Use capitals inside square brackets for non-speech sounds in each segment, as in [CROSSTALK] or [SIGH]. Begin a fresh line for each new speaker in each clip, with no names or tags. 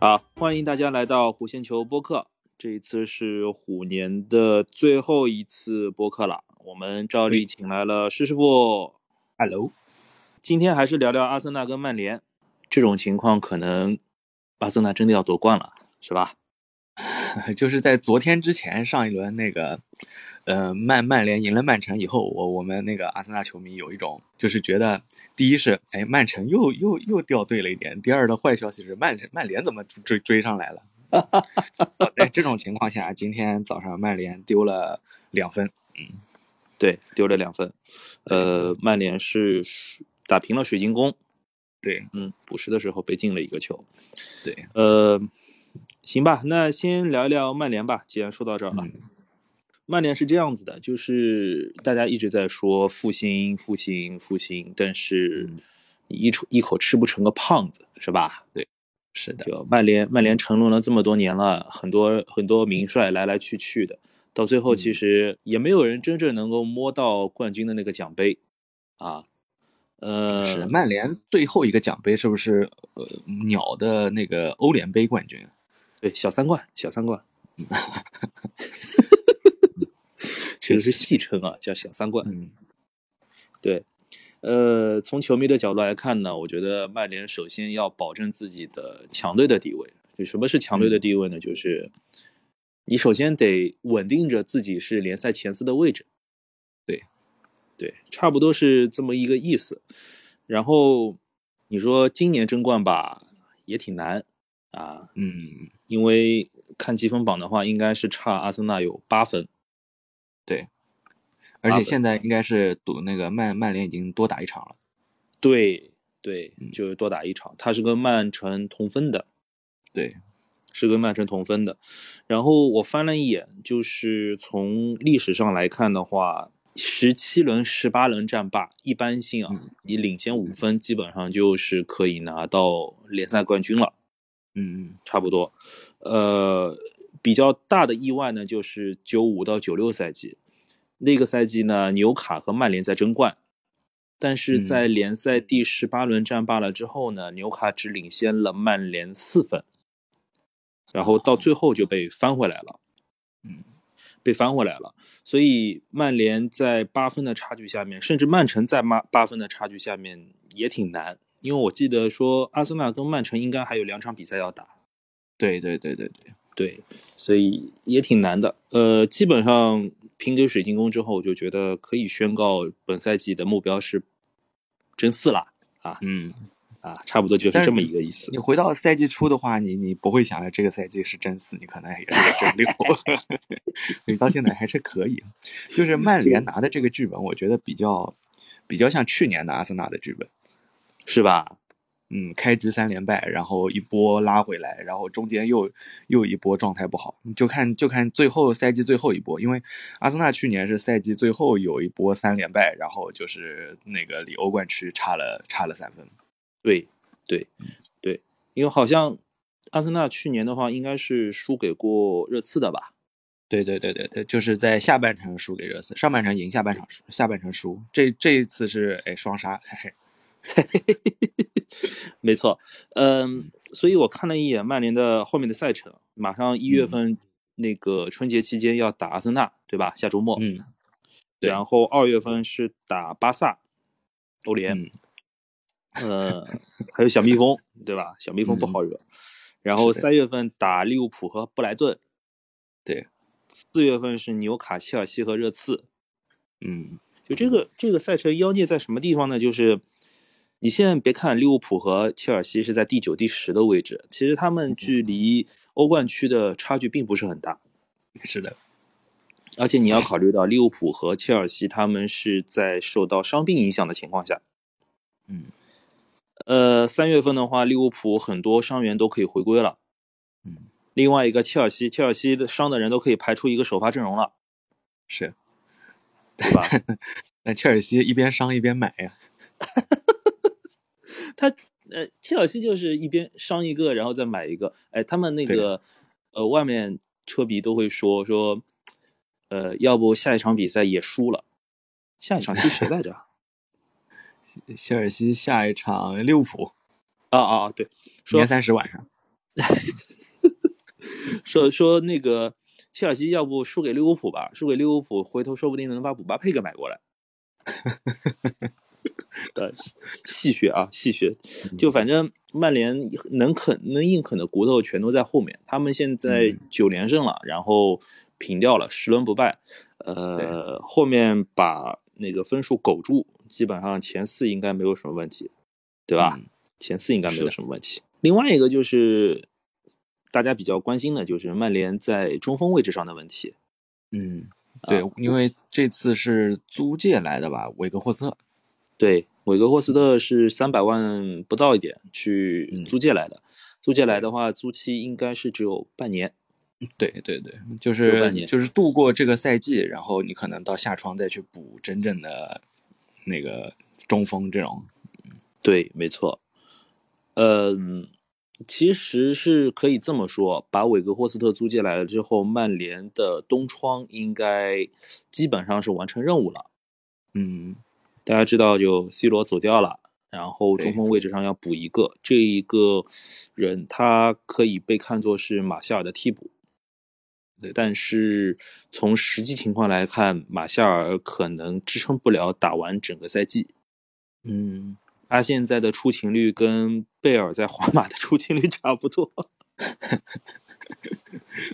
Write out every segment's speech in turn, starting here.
好，欢迎大家来到虎线球播客，这一次是虎年的最后一次播客了。我们照例请来了施师傅，
Hello，
今天还是聊聊阿森纳跟曼联这种情况，可能阿森纳真的要夺冠了，是吧？
[LAUGHS] 就是在昨天之前上一轮那个，呃，曼曼联赢了曼城以后，我我们那个阿森纳球迷有一种就是觉得，第一是哎曼城又又又掉队了一点，第二的坏消息是曼城曼联怎么追追上来了？ [LAUGHS] 在这种情况下，今天早上曼联丢了两分，
对，丢了两分。呃，曼联是打平了水晶宫，
对
嗯，补时的时候被进了一个球。
对，
呃，行吧，那先聊一聊曼联吧。既然说到这儿了，
嗯
曼联是这样子的，就是大家一直在说复兴、复兴、复兴，但是
嗯
你一口一口吃不成个胖子，是吧？
是的，
就曼联，曼联沉沦了这么多年了，很多很多名帅来来去去的，到最后其
嗯
实也没有人真正能够摸到冠军的那个奖杯啊。呃，
是曼联最后一个奖杯是不是呃鸟的那个欧联杯冠军？
对，呃小三冠，小三冠，这个是戏称啊，叫小三冠。
嗯
对，呃，从球迷的角度来看呢，我觉得曼联首先要保证自己的强队的地位。就什么是强队的地位呢？就是你首先得稳定着自己是联赛前四的位置。
对，
对，差不多是这么一个意思。然后你说今年争冠吧，也挺难啊，
嗯，
因为看积分榜的话，应该是差阿森纳有八分。
而
阿
且
本
现在应该是赌那个曼曼联已经多打一场了。
对对
嗯，
就是多打一场，他是跟曼城同分的，
对，
是跟曼城同分的。然后我翻了一眼，就是从历史上来看的话，十七轮、十八轮战罢，一般性啊，
嗯
你领先五分，基本上就是可以拿到联赛冠军了，
嗯
差不多。呃，比较大的意外呢，就是九五到九六赛季，那个赛季呢，纽卡和曼联在争冠。但是在联赛第十八轮战罢了之后呢，纽卡只领先了曼联四分，然后到最后就被翻回来了，
嗯，
被翻回来了。所以曼联在八分的差距下面，甚至曼城在八八分的差距下面也挺难，因为我记得说阿森纳跟曼城应该还有两场比赛要打，
对对对对对，
对，所以也挺难的。呃，基本上平给水晶宫之后，我就觉得可以宣告本赛季的目标是争四啦。
嗯，
啊，差不多就
但
是
是
这么一个意思
你。回到赛季初的话，你你不会想着这个赛季是真四，你可能也是真六， [LAUGHS] 你到现在还是可以。就是曼联拿的这个剧本，我觉得比较比较像去年的阿森纳的剧本。
是吧？
嗯，开局三连败，然后一波拉回来，然后中间又又一波状态不好，就看就看最后赛季最后一波，因为阿森纳去年是赛季最后有一波三连败，然后就是那个离欧冠区差了差了三分。
对，对，对，因为好像阿森纳去年的话，应该是输给过热刺的吧？ [LAUGHS]
对对对对对，就是在下半场输给热刺，上半场赢，下半场输，下半场输。这这一次是哎双杀，嘿嘿，
没错，嗯，所以我看了一眼曼联的后面的赛程，马上一
嗯
月份那个春节期间要打阿森纳，对吧？下周末，
嗯，对
然后二月份是打巴萨、欧联，
嗯
呃，还有小蜜蜂，对吧？小蜜蜂不好惹。然后
嗯是的
三月份打利物浦和布莱顿，
对。
四月份是纽卡、切尔西和热刺，
嗯
就这个这个赛程妖孽在什么地方呢？就是你现在别看利物浦和切尔西是在第九、第十的位置，其实他们距离欧冠区的差距并不是很大。
是的，
而且你要考虑到利物浦和切尔西他们是在受到伤病影响的情况下，
嗯，
呃，三月份的话，利物浦很多伤员都可以回归了。
嗯，
另外一个切尔西，切尔西的伤的人都可以排出一个首发阵容了，
是。
对 [LAUGHS] 吧？
那切尔西一边伤一边买呀，
呃，切尔西就是一边伤一个，然后再买一个。哎，他们那
对
个呃，外面车迷都会说说，呃，要不下一场比赛也输了，下一场踢谁来着？
切尔西下一场利物浦，
[LAUGHS] 啊啊啊！对，说
年三十晚上，
说说那个切尔西，要不输给利物浦吧？输给利物浦，回头说不定能把姆巴佩给买过来。对，戏谑啊，戏谑。就反正曼联能啃能硬啃的骨头全都在后面。他们现在
嗯
九连胜了，然后平掉了，十轮不败。呃，后面把那个分数苟住，基本上前四应该没有什么问题，对吧？
嗯
前四应该没
是
有
的
什么问题。另外一个就是大家比较关心的，就是曼联在中锋位置上的问题。啊
嗯，对，因为这次是租借来的吧，韦格霍斯特，
对，韦格霍斯特是三百万不到一点去
嗯
租借来的，租借来的话，租期应该是只有半年。
对对对，就
有半
是
年
就是度过这个赛季，然后你可能到夏窗再去补真正的那个中锋这种，
对，没错。嗯，其实是可以这么说，把韦格霍斯特租借来了之后，曼联的东窗应该基本上是完成任务了。
嗯，
大家知道，就 C 罗走掉了，然后
对
中锋位置上要补一个，这一个人他可以被看作是马夏尔的替补
对。
但是从实际情况来看，马夏尔可能支撑不了打完整个赛季。
嗯，
他现在的出勤率跟贝尔在皇马的出勤率差不多， [LAUGHS]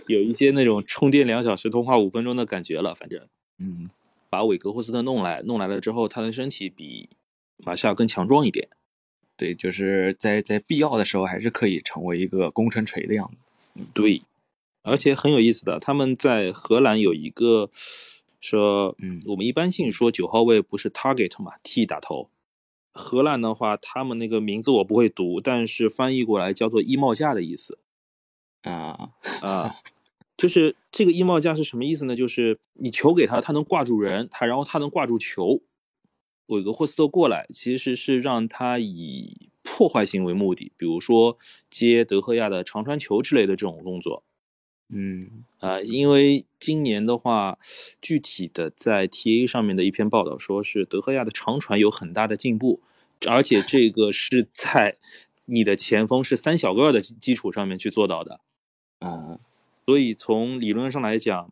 有一些那种充电两小时、通话五分钟的感觉了。反正
嗯，
把韦格霍斯特弄来，弄来了之后，他的身体比马夏尔更强壮一点。
对，就是在在必要的时候还是可以成为一个功臣锤的样子。
对，而且很有意思的，他们在荷兰有一个说，
嗯
我们一般性说九号位不是 target 嘛，T 打头。荷兰的话，他们那个名字我不会读，但是翻译过来叫做衣帽架的意思
啊，
啊。就是这个衣帽架是什么意思呢？就是你球给他，他能挂住人，他然后他能挂住球。韦格霍斯特过来，其实是让他以破坏性为目的，比如说接德赫亚的长传球之类的这种动作。
嗯
啊、因为今年的话，具体的在 TA 上面的一篇报道说是德赫亚的长传有很大的进步，而且这个是在你的前锋是三小个儿的基础上面去做到的。
啊，
所以从理论上来讲，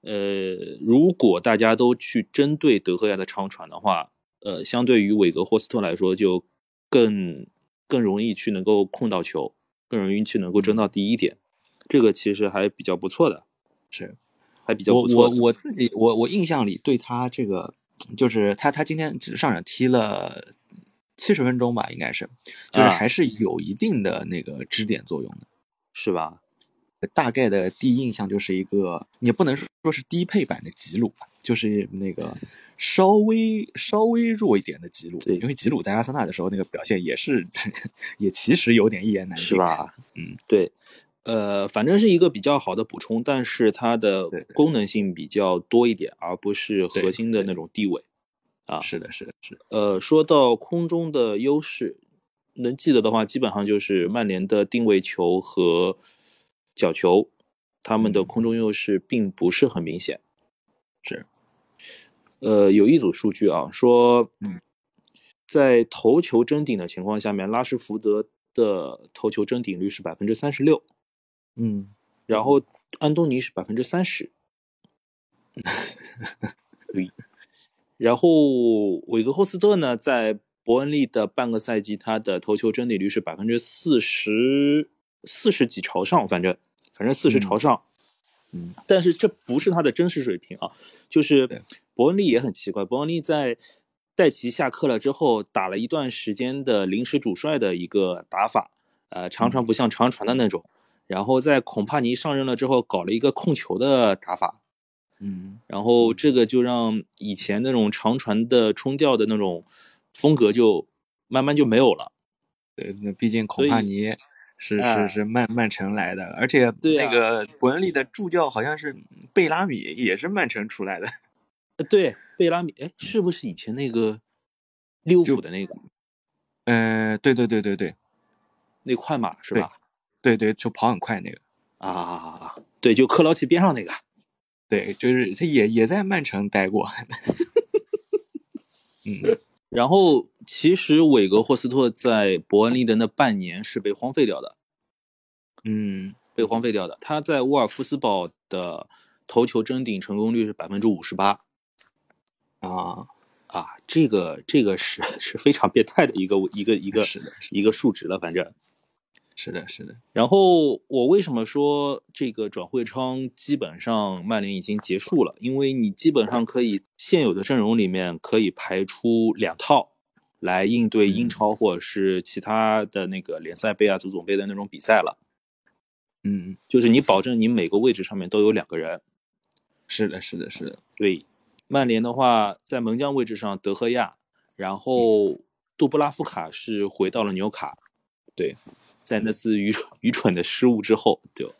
呃，如果大家都去针对德赫亚的长传的话，呃，相对于韦格霍斯特来说，就更更容易去能够控到球，更容易去能够争到第一点，这个其实还比较不错的。
是
还比较
我
不错
我
的。
我自己我我印象里对他这个，就是他他今天上场踢了七十分钟吧，应该是，就是
啊
还是有一定的那个支点作用的。
是吧？
大概的第一印象就是一个，也不能说是低配版的吉鲁吧，就是那个稍微稍微弱一点的吉鲁。
对
因为吉鲁在阿森纳的时候那个表现也是， [LAUGHS] 也其实有点一言难尽。
是？吧？
嗯，
对，呃，反正是一个比较好的补充，但是它的
对对
功能性比较多一点，而不是核心的那种地位。
是的，是的，是的。
呃，说到空中的优势，能记得的话，基本上就是曼联的定位球和角球，他们的
嗯
空中优势并不是很明显。
是，
呃，有一组数据啊，说
嗯
在头球争顶的情况下面，拉什福德的头球争顶率是百分之三十六，
嗯，
然后安东尼是百分之三十， [LAUGHS] 对，然后韦格霍斯特呢，在伯恩利的半个赛季，他的头球争顶率是百分之四十四十几朝上，反正反正四十
嗯
朝上，
嗯，
但是这不是他的真实水平啊，就是
对
伯恩利也很奇怪，伯恩利在。戴奇下课了之后打了一段时间的临时主帅的一个打法，呃，
嗯
常常不像长传的那种。然后在孔帕尼上任了之后，搞了一个控球的打法，
嗯，
然后这个就让以前那种长传的冲吊的那种风格就慢慢就没有了。
对，那毕竟孔帕尼是是是曼曼城来的，而且
哎对啊
那个伯恩利的助教好像是贝拉米，也是曼城出来的。 [LAUGHS]
呃对，贝拉米，哎，是不是以前那个利物浦的那个
嗯、对对对对对
那快马是吧？
对对，就跑很快那个。
啊，对，就克劳奇边上那个。
对，就是他也也在曼城待过。 [LAUGHS] 嗯，
然后，其实韦格霍斯特在伯恩利的那半年是被荒废掉的，
嗯
被荒废掉的。他在沃尔夫斯堡的头球争顶成功率是百分之五十八 [LAUGHS]
啊，
啊，这个这个是是非常变态的一个一个一个
是的，
一个数值了，反正。
是的，是的，
然后我为什么说这个转会窗基本上曼联已经结束了？因为你基本上可以现有的阵容里面可以排出两套来应对英超或者是其他的那个联赛杯啊、足总杯的那种比赛了。
嗯，
就是你保证你每个位置上面都有两个人。
是的，是的，是的，
对，曼联的话，在门将位置上德赫亚，然后杜布拉夫卡是回到了纽卡，对，在那次愚愚蠢的失误之后，就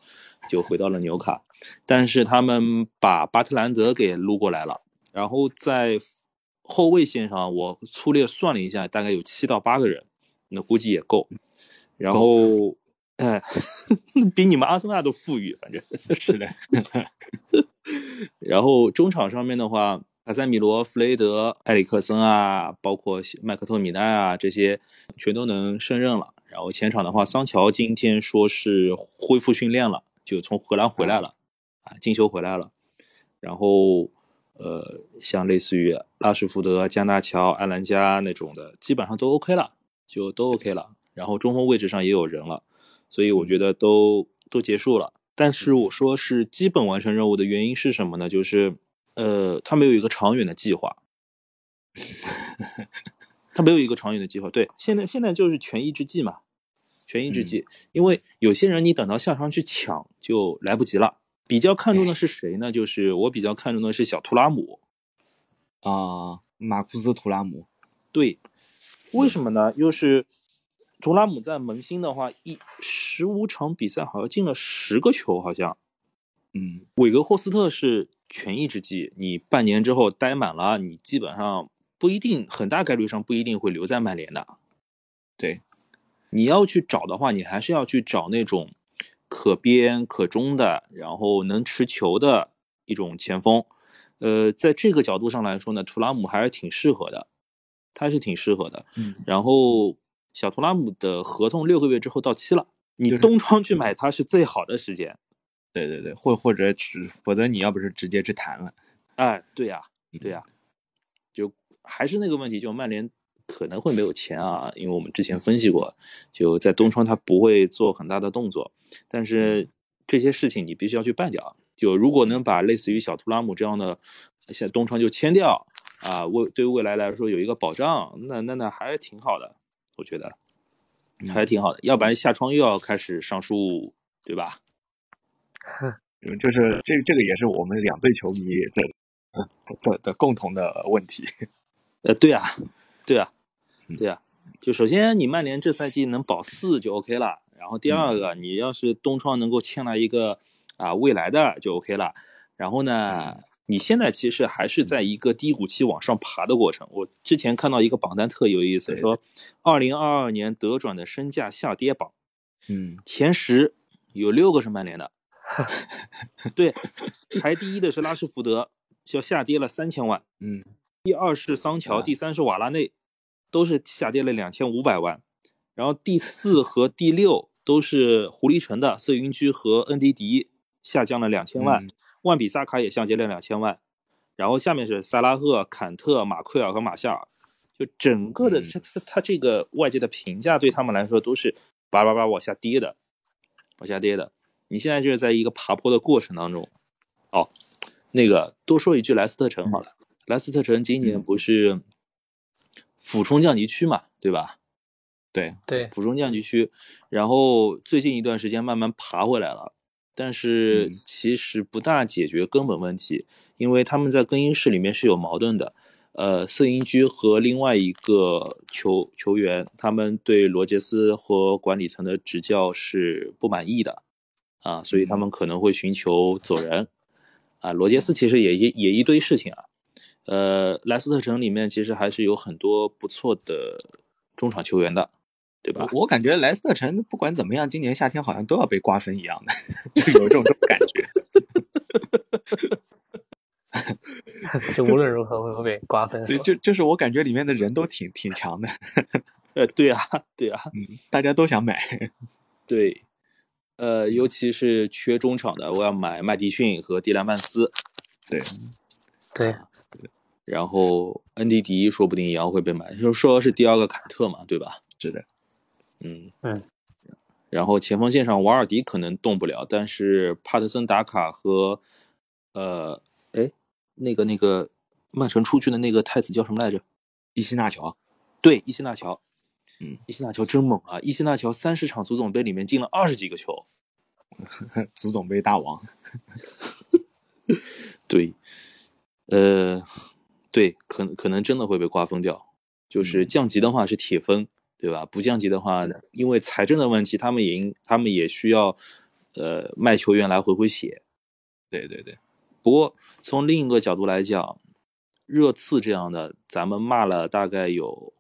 就回到了纽卡，但是他们把巴特兰德给撸过来了，然后在后卫线上，我粗略算了一下，大概有七到八个人，那估计也够，然后。哎， [LAUGHS] 比你们阿森纳都富裕，反正。
是
[LAUGHS]
的，
然后中场上面的话，卡塞米罗、弗雷德、埃里克森啊，包括麦克托米奈啊，这些全都能胜任了。然后前场的话，桑乔今天说是恢复训练了，就从荷兰回来了，啊，进修回来了。然后，呃，像类似于拉什福德、加纳乔、埃兰加那种的，基本上都 OK 了，就都 OK 了。然后中锋位置上也有人了，所以我觉得都都结束了。但是我说是基本完成任务的原因是什么呢？就是呃，他没有一个长远的计划，他没有一个长远的计划。对，现在现在就是权宜之计嘛，权宜之计。因为有些人你等到下场去抢就来不及了。比较看重的是谁呢？就是我比较看重的是小图拉姆。
啊，马库斯·图拉姆，
对，为什么呢？就是图拉姆在门兴的话，一十五场比赛好像进了十个球，好像。
嗯，
韦格霍斯特是权宜之计，你半年之后待满了，你基本上不一定，很大概率上不一定会留在曼联的。
对，
你要去找的话，你还是要去找那种可边可中的，然后能持球的一种前锋。呃，在这个角度上来说呢，图拉姆还是挺适合的，他还是挺适合的。
嗯，
然后小图拉姆的合同六个月之后到期了，你
就是
东窗去买它是最好的时间。
对对对，或或者只，否则你要不是直接去谈了，
哎，对呀、对呀、就还是那个问题，就曼联可能会没有钱啊，因为我们之前分析过，就在东窗他不会做很大的动作，但是这些事情你必须要去办掉。就如果能把类似于小图拉姆这样的，像东窗就签掉啊，未对未来来说有一个保障，那那那还是挺好的，我觉得
嗯
还是挺好的，要不然下窗又要开始上树，对吧？
嗯就是这这个也是我们两队球迷的的的共同的问题。
呃，对啊，对啊，
嗯
对啊。就首先，你曼联这赛季能保四就 OK 了。然后第二
嗯
个，你要是东窗能够签来一个啊未来的就 OK 了。然后呢，
嗯
你现在其实还是在一个低谷期往上爬的过程。我之前看到一个榜单特有意思，
对
说二零二二年德转的身价下跌榜
嗯，
前十有六个是曼联的， [LAUGHS] 对，排第一的是拉什福德，要下跌了三千万。
嗯，
第二是桑乔，
啊
第三是瓦拉内，都是下跌了两千五百万。然后第四和第六都是狐狸城的瑟云居和恩迪迪下降了两千万，
嗯
万比萨卡也下跌了两千万。然后下面是萨拉赫、坎特、马奎尔和马夏尔，就整个的
嗯
他他他这个外界的评价对他们来说都是叭叭叭往下跌的，往下跌的。你现在就是在一个爬坡的过程当中。哦，
嗯
那个多说一句，莱斯特城好了，莱斯特城今年不是俯冲降级区嘛，对吧？
对，
对，
俯冲降级区，然后最近一段时间慢慢爬回来了，但是
嗯
其实不大解决根本问题，因为他们在更衣室里面是有矛盾的。呃，瑟因居和另外一个球球员，他们对罗杰斯和管理层的执教是不满意的，啊，所以他们可能会寻求走人。啊，罗杰斯其实也也也一堆事情啊，呃，莱斯特城里面其实还是有很多不错的中场球员的，对吧？
我我感觉莱斯特城不管怎么样，今年夏天好像都要被瓜分一样的，就有这种这种感觉。
[LAUGHS] 就无论如何会被瓜分是
对，
吧。
就就是我感觉里面的人都挺挺强的，
呃， [LAUGHS] 对啊，对啊，
大家都想买。
对，呃，尤其是缺中场的，我要买麦迪逊和迪兰曼斯，
对，
对，
然后恩迪迪说不定也要会被买，就说是第二个坎特嘛，对吧？
是的，
嗯
嗯。
然后前锋线上瓦尔迪可能动不了，但是帕特森达卡和呃，哎，那个那个曼城出去的那个太子叫什么来着？
伊西纳乔，
对，伊西纳乔。
嗯，
伊西纳乔真猛啊！伊西纳乔三十场足总杯里面进了二十几个球，
足总杯大王。
对，呃，对，可能可能真的会被瓜分掉。就是
嗯
降级的话是铁分，对吧？不降级的话，因为财政的问题，他们也应他们也需要呃卖球员来回回血。
对对对，
不过从另一个角度来讲，热刺这样的，咱们骂了大概有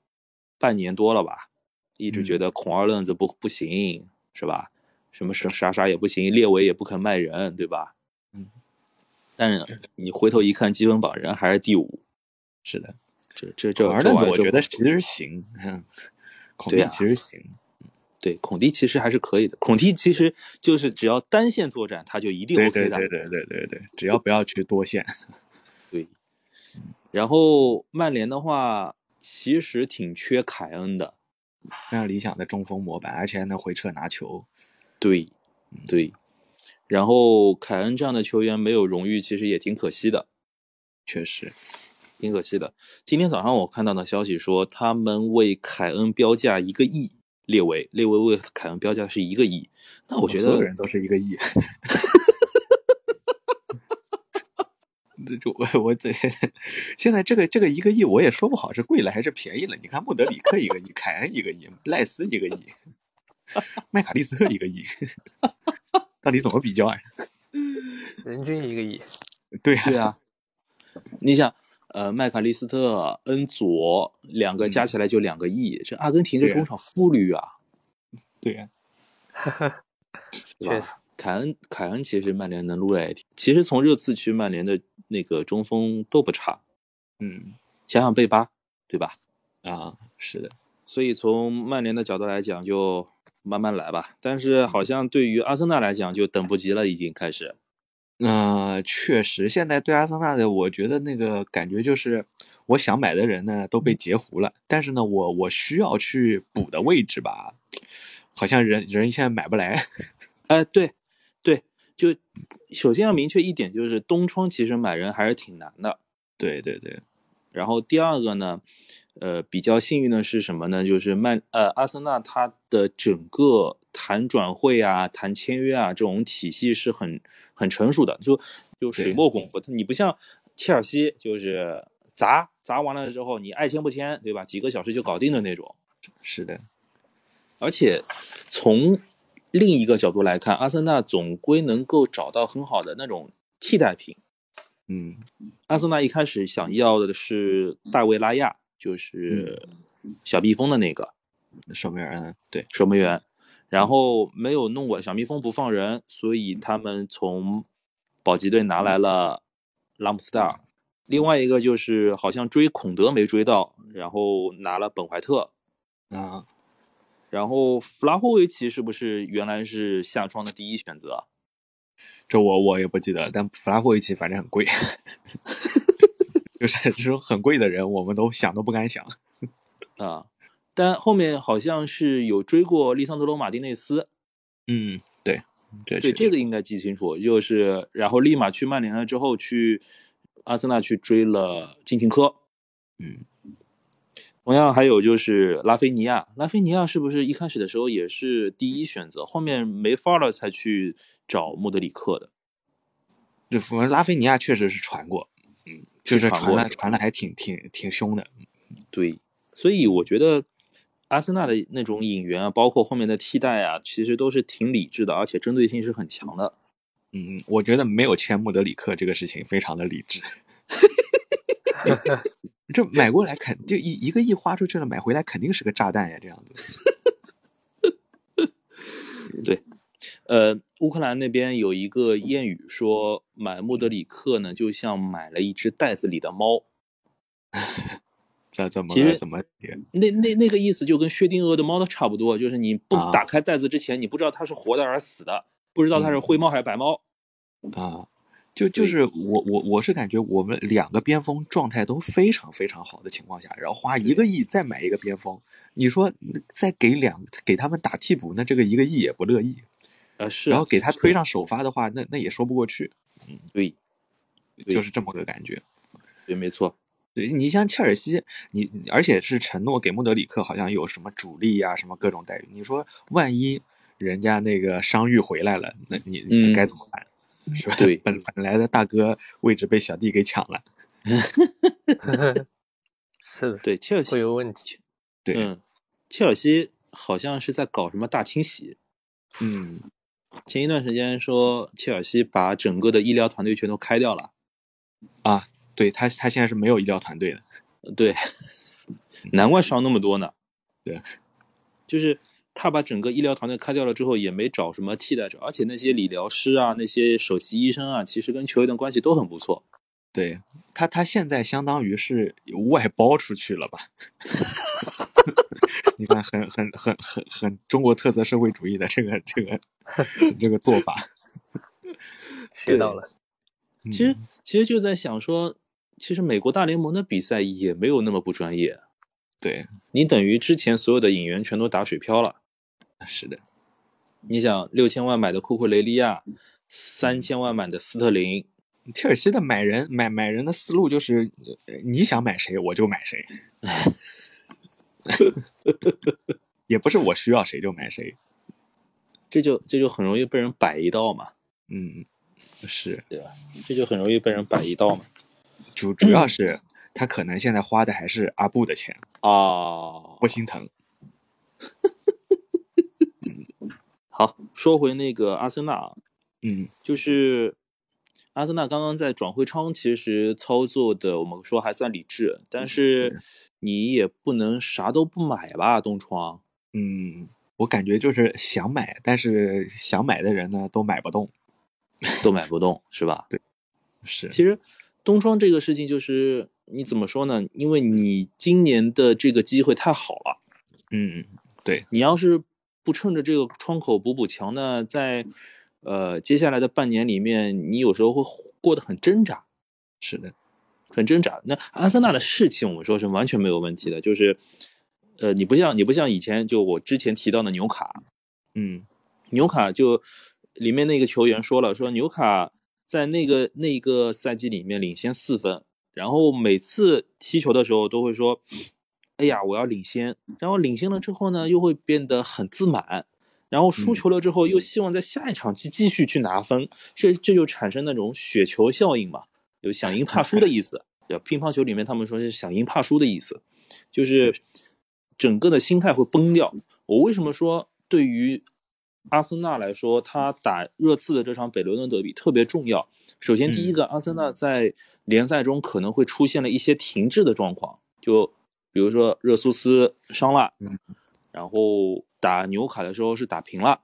半年多了吧，一直
嗯
觉得孔二愣子不不行，是吧？什么什啥啥也不行，列维也不肯卖人，对吧？
嗯。
但是你回头一看，积分榜人还是第五，
是的。
这这这
孔尔顿子
这玩意儿
我
就
觉得其实行，嗯孔
对
蒂
啊
其实行。
对孔蒂其实还是可以的。孔蒂其实就是只要单线作战，他就一定
对
OK 的。
对对对对对对，只要不要去多线。
然后曼联的话，其实挺缺凯恩的，
非常理想的中锋模板，而且还能回撤拿球。
对，
嗯
对。然后凯恩这样的球员没有荣誉，其实也挺可惜的，
确实，
挺可惜的。今天早上我看到的消息说，他们为凯恩标价一个亿，列维列维为凯恩标价是一个亿。那我觉
哦所有
得
人都是一个亿。这就我我这现在这个这个一个亿我也说不好是贵了还是便宜了。你看穆德里克一个亿，凯恩一个亿，赖斯一个亿，麦卡利斯特一个亿， [LAUGHS] 到底怎么比较啊？
人均一个亿，
对啊
对
[LAUGHS]
啊，你想，呃，麦卡利斯特、恩佐两个加起来就两个亿，这阿根廷这
嗯对啊
中场富裕啊，
对啊，
对吧
确实，
凯恩，凯恩其实曼联能撸来一点。其实从热刺去曼联的那个中锋都不差，
嗯
想想贝巴，对吧？
啊，是的，
所以从曼联的角度来讲，就慢慢来吧。但是好像对于阿森纳来讲，就等不及了，已经开始。
那确实，现在对阿森纳的，我觉得那个感觉就是，我想买的人呢都
嗯
被截胡了，但是呢，我我需要去补的位置吧，好像人人现在买不来。 [LAUGHS]
哎，对，对，就首先要明确一点，就是东窗其实买人还是挺难的。
对对对，
然后第二个呢，呃，比较幸运的是什么呢？就是曼呃阿森纳它的整个谈转会啊、谈签约啊这种体系是很很成熟的，就就水
对
墨功夫。它你不像切尔西，就是砸砸完了之后，你爱签不签，对吧？几个小时就搞定的那种。
是的，
而且从另一个角度来看，阿森纳总归能够找到很好的那种替代品。
嗯，
阿森纳一开始想要的是大卫拉亚，就是小蜜蜂的那个
守门员，对，
守门员，然后没有弄过小蜜蜂不放人，所以他们从保级队拿来了拉姆斯戴尔。另外一个就是好像追孔德没追到，然后拿了本怀特，
啊，
然后弗拉霍维奇是不是原来是下窗的第一选择啊？
这我我也不记得了，但弗拉霍维奇反正很贵， [LAUGHS] 就是这种很贵的人，我们都想都不敢想。
啊但后面好像是有追过利桑德罗马丁内斯，
嗯，对，对
对
确实
这个应该记清楚，就是然后立马去曼联了之后去阿森纳去追了金琴科，
嗯，
同样还有就是拉菲尼亚，拉菲尼亚是不是一开始的时候也是第一选择，后面没法了才去找莫德里克的？
就反正拉菲尼亚确实是传过，嗯，就是
是传
传
过
了
的
传的还挺挺挺凶的。
对，所以我觉得阿森纳的那种引援啊，包括后面的替代啊，其实都是挺理智的，而且针对性是很强的。
嗯，我觉得没有签穆德里克这个事情非常的理智。这买过来肯就一一个亿花出去了，买回来肯定是个炸弹呀，这样子。
呃，乌克兰那边有一个谚语说，买穆德里克呢，就像买了一只袋子里的猫。
怎怎么
其实
怎么解？
那那那个意思就跟薛定谔的猫的差不多，就是你不
啊
打开袋子之前，你不知道它是活的还是死的，不知道
嗯
它是灰猫还是白猫。
啊，就就
对
是我我我是感觉我们两个边锋状态都非常非常好的情况下，然后花一个亿再买一个边锋，你说再给两给他们打替补，那这个一个亿也不乐意，
呃，是啊，
然后给他推
是
上首发的话，那那也说不过去，嗯
对对
就是这么个感觉。
对，没错，
对你像切尔西，你你而且是承诺给穆德里克好像有什么主力啊，什么各种待遇，你说万一人家那个伤愈回来了，那你你
嗯
该怎么办？是吧？
对
本本来的大哥位置被小弟给抢了，
[LAUGHS] 是
[LAUGHS]
的，
对切尔西
会有问题。
对，
嗯，切尔西好像是在搞什么大清洗。
嗯，
前一段时间说切尔西把整个的医疗团队全都开掉了，
对他，他现在是没有医疗团队的。
呃对， [LAUGHS] 难怪伤那么多呢。
对，
就是他把整个医疗团队开掉了之后，也没找什么替代者，而且那些理疗师啊、那些首席医生啊，其实跟球员的关系都很不错。
对他，他现在相当于是外包出去了吧？ [LAUGHS] 你看，很很很很很中国特色社会主义的这个这个这个做法。
学到了，
其实
嗯，
其实就在想说，其实美国大联盟的比赛也没有那么不专业，
对，
你等于之前所有的引援全都打水漂了。
是的，
你想六千万买的库库雷利亚，三千万买的斯特林，
切尔西的买人买买人的思路就是，呃你想买谁我就买谁， [LAUGHS] 也不是我需要谁就买谁。
这就这就很容易被人摆一道嘛，
嗯，是。
这就很容易被人摆一道嘛。
主主要是他可能现在花的还是阿布的钱，
哦
不，心疼。
好，说回那个阿森纳啊，
嗯
就是阿森纳刚刚在转会窗其实操作的，我们说还算理智，但是你也不能啥都不买吧，东窗。
嗯，我感觉就是想买，但是想买的人呢都买不动。
都买不动是吧？
是，
其实东窗这个事情就是你怎么说呢？因为你今年的这个机会太好了。
嗯，
你要是不趁着这个窗口补补强呢，在呃接下来的半年里面，你有时候会过得很挣扎，
是的，
很挣扎。那阿森纳的士气，我们说是完全没有问题的，就是呃，你不像你不像以前就我之前提到的纽卡，
嗯
纽卡就里面那个球员说了，说纽卡在那个那个赛季里面领先四分，然后每次踢球的时候都会说，哎呀，我要领先，然后领先了之后呢，又会变得很自满。然后输球了之后，又希望在下一场继继续去拿分，这这就产生那种雪球效应嘛，有想赢怕输的意思。对吧，乒乓球里面他们说是想赢怕输的意思，就是整个的心态会崩掉。我为什么说对于阿森纳来说，他打热刺的这场北伦敦德比特别重要？首先，
嗯
第一个，阿森纳在联赛中可能会出现了一些停滞的状况，就比如说热苏斯伤了，
嗯
然后打纽卡的时候是打平了，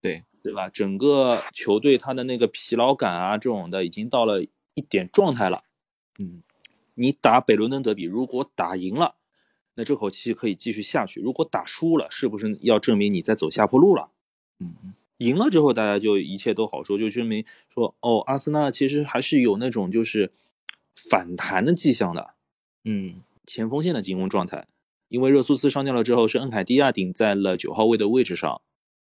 对
对吧？整个球队他的那个疲劳感啊，这种的已经到了一点状态了。
嗯，
你打北伦敦德比，如果打赢了，那这口气可以继续下去；如果打输了，是不是要证明你在走下坡路了？
嗯嗯，
赢了之后，大家就一切都好说，就证明说哦，阿森纳其实还是有那种就是反弹的迹象的。
嗯
前锋线的进攻状态，因为热苏斯伤掉了之后，是恩凯迪亚顶在了九号位的位置上。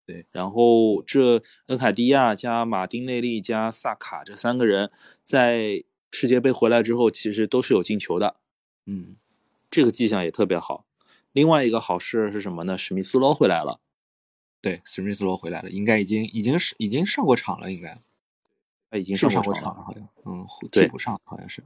对，
然后这恩凯迪亚加马丁内利加萨卡这三个人在世界杯回来之后，其实都是有进球的。
嗯，
这个迹象也特别好。另外一个好事是什么呢？史密斯罗回来了，
对，史密斯罗回来了，应该已经已经是已经上过场了，应该
他已经
是
上
上
过
场
场
了，
了。
好像，嗯，替
对
补上好像是，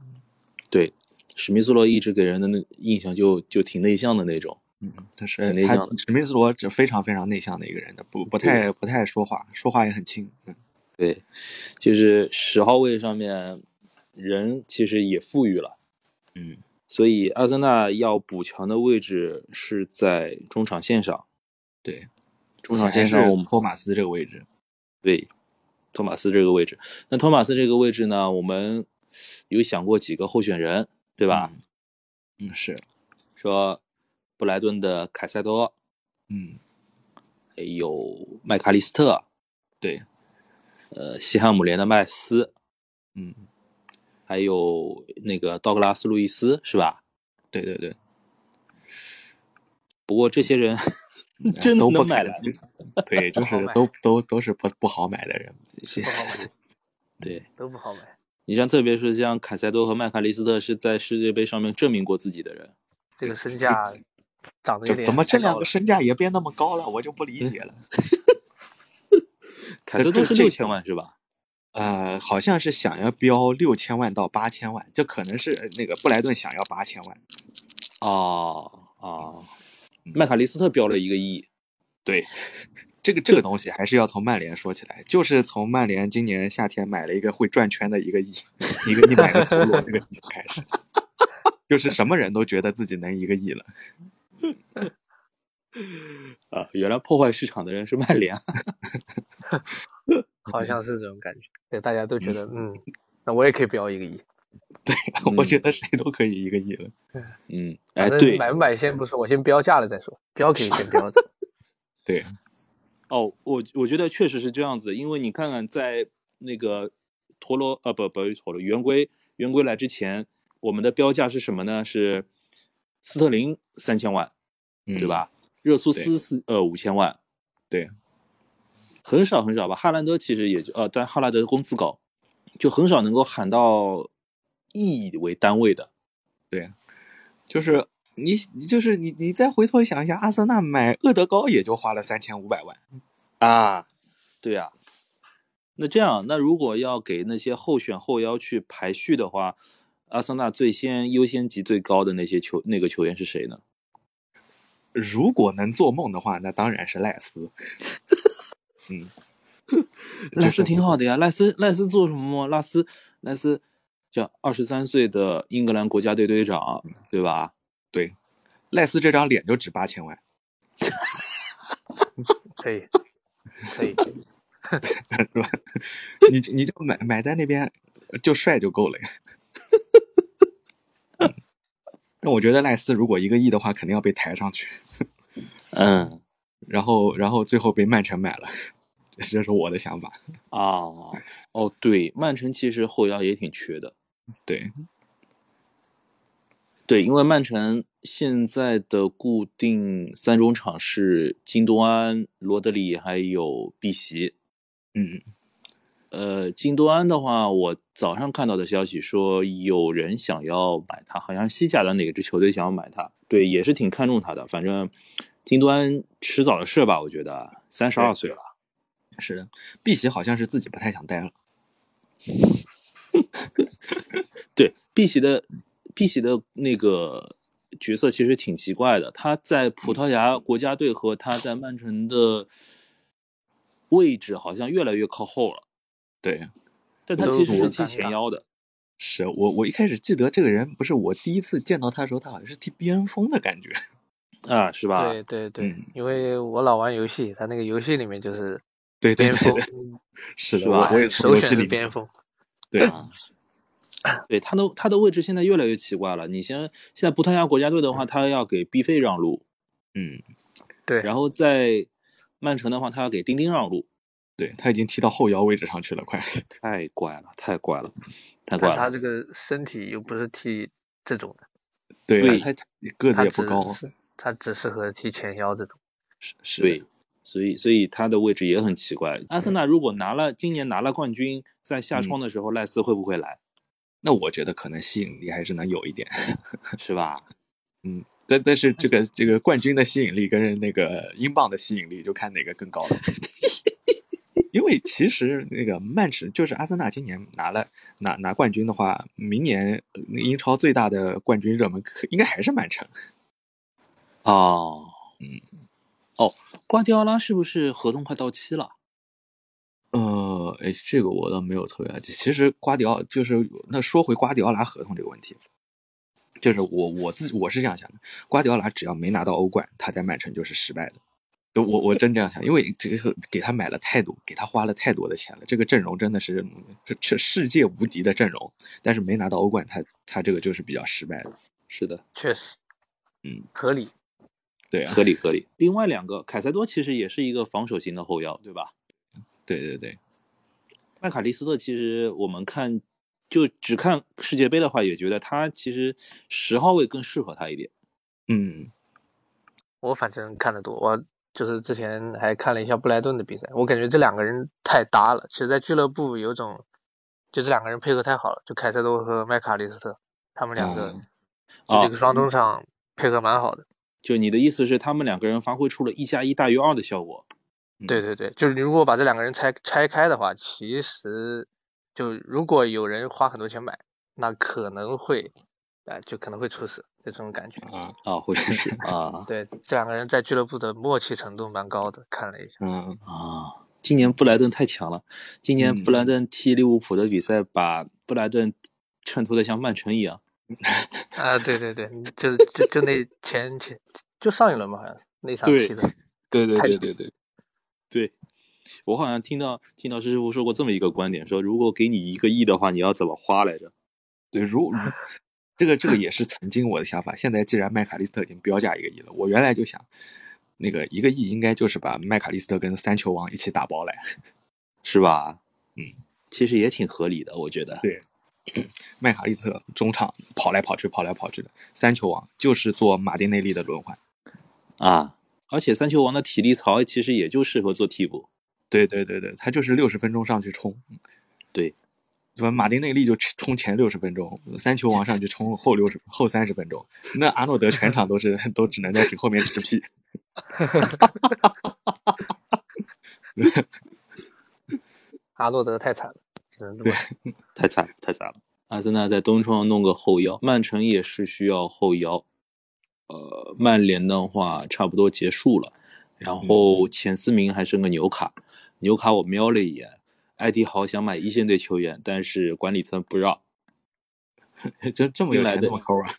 对，史密斯罗一直给人的那印象就就挺内向的那种。
嗯，他是
很内
他
向的
史密斯罗是非常非常内向的一个人，他不不太不太说话，说话也很轻，嗯，
对，就是十号位上面人其实也富裕了，
嗯，
所以阿森纳要补强的位置是在中场线上。
对，
中场
还
线上
是
我们
托马斯这个位置，
对托马斯这个位置，那托马斯这个位置呢，我们有想过几个候选人，对
对
吧？？
嗯，是，
说布莱顿的凯塞多，
嗯，
还有麦卡利斯特，
对，
呃，西汉姆联的麦斯，
嗯，
还有那个道格拉斯·路易斯，是吧？
对对对，
不过这些人 [LAUGHS] 真的
都不
能买
太
来吗，
对，就
不好
是
买
都都都是不不好买的人，谢
不好买，
对
都不
[LAUGHS]
好买。
你像特别是像凯塞多和麦卡利斯特是在世界杯上面证明过自己的人，
这个身价涨得有
就
点
怎么这
太高
两个
了
身价也变那么高了，我就不
[LAUGHS]
理解了。
凯塞多是
这
六千万是吧？
呃，好像是想要标六千万到八千万，这可能是呃那个布莱顿想要八千万。
哦哦，
嗯
麦卡利斯特标了一个亿，
对，这个这个东西还是要从曼联说起来，就是从曼联今年夏天买了一个会转圈的一个亿， [LAUGHS] 一个亿买个陀螺这个亿开始， [LAUGHS] 就是什么人都觉得自己能一个亿了。 [LAUGHS]
啊，原来破坏市场的人是曼联。啊
好像是这种感觉。对，大家都觉得，嗯，那我也可以标一个亿。
我觉得谁都可以一个亿了。
嗯，哎，
反
对
正买不买先不说，我先标价了再说，标可以先标着。
对，
哦，我我觉得确实是这样子，因为你看看在那个陀螺啊，不不是陀螺，圆规圆规来之前，我们的标价是什么呢？是斯特林三千万，
嗯
对？吧？热苏
对
斯四呃五千万，
对，
很少很少吧。哈兰德其实也就呃，但哈兰德工资高，就很少能够喊到亿为单位的。
就是你，你就是你，你再回头想一下，阿森纳买厄德高也就花了三千五百万。
啊，对呀、那这样，那如果要给那些候选后腰去排序的话，阿森纳最先优先级最高的那些球那个球员是谁呢？
如果能做梦的话，那当然是赖斯。 [LAUGHS] 嗯，
[LAUGHS] 赖斯挺好的呀，赖斯赖斯做什么梦？赖斯赖斯叫二十三岁的英格兰国家队队长，对吧？
赖斯这张脸就值八千万，
可以，
[LAUGHS]
可以，
是吧？你你就买买在那边就帅就够了呀。但我觉得赖斯如果一个亿的话，肯定要被抬上去，
嗯
然后然后最后被曼城买了， [LAUGHS] 这是我的想法。
[LAUGHS] 啊哦对，曼城其实后腰也挺缺的，
对，
对，因为曼城现在的固定三中场是京多安、罗德里还有碧玺。
嗯，
呃，京多安的话，我早上看到的消息说有人想要买他，好像西甲的哪支球队想要买他，对，也是挺看重他的。反正京多安迟早的事吧，我觉得三十二岁了，
是的，碧玺好像是自己不太想待了。
对，碧玺的碧玺的那个角色其实挺奇怪的，他在葡萄牙国家队和他在曼城的位置好像越来越靠后了，
对，
但他
都
其实
多
是踢
尴
前
尬
腰的。
是我我一开始记得这个人不是我第一次见到他的时候，他好像是踢边锋的感觉。
啊，是吧？
对对对
嗯，
因为我老玩游戏，他那个游戏里面就是
对对
边
对
锋
对，，是的，
是
我
吧
我也从
首
游
选
戏
是
里面
边锋，
对
啊，对他的他的位置现在越来越奇怪了。你先现在葡萄牙国家队的话，他要给 B 费让路，
嗯，
对，
然后在曼城的话，他要给丁丁让路，
对他已经踢到后腰位置上去了，快。
太怪了，太怪了，太怪
但他
了。
这个身体又不是踢这种的，
对
对
他他个子
他
也
只
不高，啊
是他只适合踢前腰这种。
是是
对
的，，
所以所以他的位置也很奇怪。阿森纳如果拿了今年拿了冠军，在下窗的时候，赖 [LAUGHS] 斯会不会来，
那我觉得可能吸引力还是能有一点。
是吧？
嗯，但但是这个这个冠军的吸引力跟那个英镑的吸引力，就看哪个更高了。因为其实那个曼城就是阿森纳今年拿了拿拿冠军的话，明年呃英超最大的冠军热门可应该还是曼城。
哦，嗯，哦，瓜迪奥拉是不是合同快到期了？
呃，哎，这个我倒没有特别了解。其实瓜迪奥就是那说回瓜迪奥拉合同这个问题，就是我我自我是这样想的：瓜迪奥拉只要没拿到欧冠，他在曼城就是失败的。就我我真这样想，因为这个给他买了太多，给他花了太多的钱了。这个阵容真的是是是世界无敌的阵容，但是没拿到欧冠，他他这个就是比较失败的。
是的，
确实，
嗯，
合理。
对啊，
合理合理。另外两个，凯塞多其实也是一个防守型的后腰，对吧？
对对对，
麦卡利斯特其实我们看，就只看世界杯的话，也觉得他其实十号位更适合他一点。
嗯
我反正看得多，我就是之前还看了一下布莱顿的比赛，我感觉这两个人太搭了。其实，在俱乐部有种，就这两个人配合太好了，就凯塞多和麦卡利斯特，他们两个、
嗯
啊
这个双中场配合蛮好的。
就你的意思是，他们两个人发挥出了一加一大于二的效果？
嗯
对对对，就是你如果把这两个人拆拆开的话，其实就如果有人花很多钱买，那可能会，呃，就可能会出事，就这种感觉。
啊
啊，会出 [LAUGHS] 事啊
对，这两个人在俱乐部的默契程度蛮高的，看了一下。
嗯
啊！今年布莱顿太强了，今年
嗯
布莱顿踢利物浦的比赛，把布莱顿衬托的像曼城一样。
啊，对对对，就就就那前前就上一轮吧，好像是那场
对
踢的，
对对
太
对
强
对对，
对，我好像听到听到师傅说过这么一个观点，说如果给你一个亿的话，你要怎么花来着？
对，如如这个这个也是曾经我的想法。现在既然麦卡利斯特已经标价一个亿了，我原来就想，那个一个亿应该就是把麦卡利斯特跟三球王一起打包来。
是吧？
嗯，
其实也挺合理的，我觉得。
对麦卡利斯特中场跑来跑去，跑来跑去的，三球王就是做马丁内利的轮换。
啊，而且三球王的体力槽其实也就适合做替补。
对对对对，他就是六十分钟上去冲。
对，
对吧？马丁内利就冲前六十分钟，三球王上去冲后六十后三十分钟，那阿诺德全场都是 [LAUGHS] 都只能在后面直屁。
阿诺德太惨了，只能这么说
太惨了，太惨了。阿森纳在东窗弄个后腰，曼城也是需要后腰。呃，曼联的话差不多结束了，然后前四名还剩个纽卡。纽卡我瞄了一眼，艾迪豪想买一线队球员，但是管理层不让。
这这么有
又来
钱
的
这么抠啊？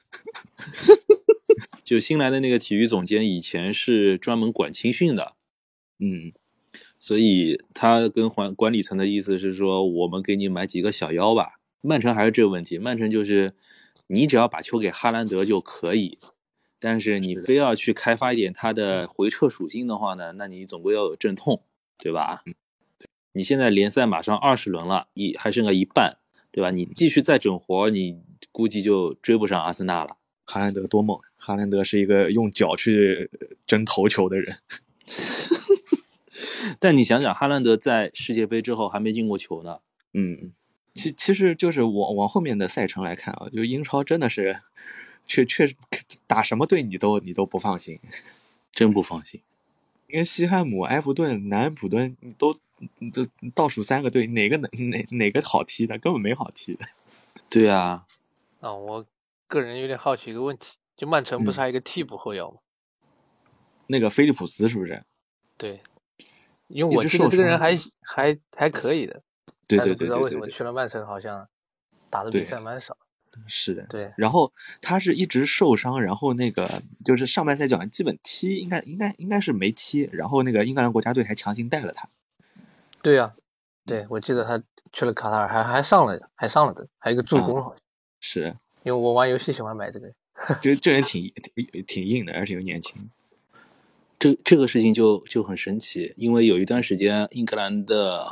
就新来的那个体育总监以前是专门管青训的，
嗯
所以他跟管管理层的意思是说，我们给你买几个小妖吧。曼城还是这个问题，曼城就是你只要把球给哈兰德就可以，但是嗯你非要去开发一点他的回撤属性的话呢，那你总归要有阵痛，对吧？你现在联赛马上二十轮了，一还剩个一半，对吧？你继续再整活，你估计就追不上阿森纳了。
哈兰德多猛！哈兰德是一个用脚去争头球的人。
但你想想，哈兰德在世界杯之后还没进过球呢，
嗯，其其实就是往往后面的赛程来看啊，就英超真的是，确确实 [LAUGHS] 打什么队你都你都不放心，
真不放心。
因为西汉姆、埃弗顿、南安普顿你都这倒数三个队，哪个能哪哪个好踢的，根本没好踢的。
对啊，
啊。我个人有点好奇一个问题，就曼城
嗯
不是还有一个替补后腰吗？
那个菲利普斯是不是？
对，因
一
为我
直
记得
受
这个人
伤
还还还可以的，
对
但
对
是不
对
知道
对
为
对
什么
对，
去了曼城好像打的比
对
赛蛮少。
是的。
对，
然后他是一直受伤，然后那个就是上半赛季好像基本踢，应该应该应该是没踢。然后那个英格兰国家队还强行带了他，
对呀、对我记得他去了卡塔尔还还上了还上了的，还有一个助
啊
攻好像。
是，
因为我玩游戏喜欢买这个人，
就这人挺挺挺硬的，而且又年轻。
这这个事情就就很神奇，因为有一段时间英格兰的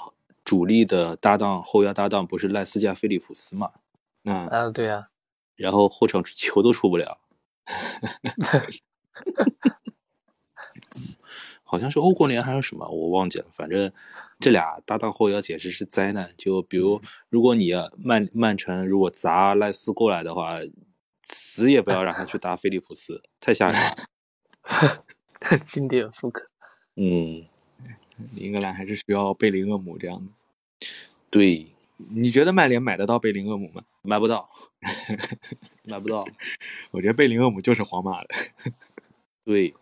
主力的搭档后腰搭档不是赖斯加菲利普斯嘛，
[LAUGHS]
嗯，
啊，对呀、
然后后场球都出不了， [LAUGHS] 好像是欧国联还是什么，我忘记了，反正这俩搭档后腰简直是灾难。就比如如果你曼曼城如果砸赖斯过来的话，死也不要让他去打菲利普斯，太吓人了。
经典复刻。
嗯，
英格兰还是需要贝林厄姆这样的。
对，
你觉得曼联买得到贝林厄姆吗？
买不 [LAUGHS] 到，买不到。
我觉得贝林厄姆就是皇马的。
对，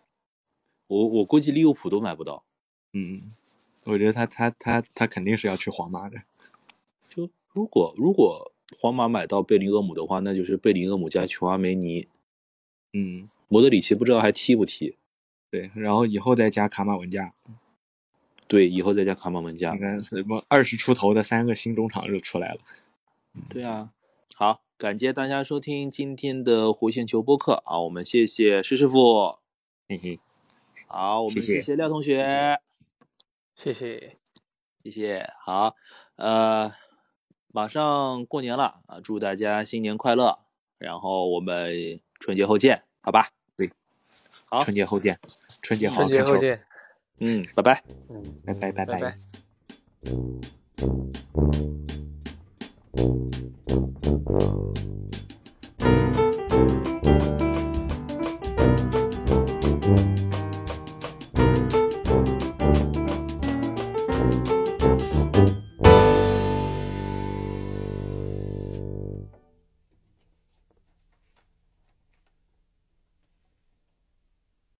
我我估计利物浦都买不到。
嗯，我觉得他他他他肯定是要去皇马的。
就如果如果皇马买到贝林厄姆的话，那就是贝林厄姆加琼阿梅尼，
嗯，
莫德里奇不知道还踢不踢。
对，然后以后再加卡马文加，
对，以后再加卡马文加
你。看什么二十出头的三个新中场就出来了。
对啊，好，感谢大家收听今天的弧线球播客啊，我们谢谢施师傅，
嘿嘿，
好，我们
谢谢
谢谢廖同学，
谢谢，
谢谢，好，呃，马上过年了啊，祝大家新年快乐，然后我们春节后见，好吧？好
春节后见，春节好
嗯
好
春节
看球
后，见，
嗯，拜拜。
嗯，
拜拜拜
拜拜。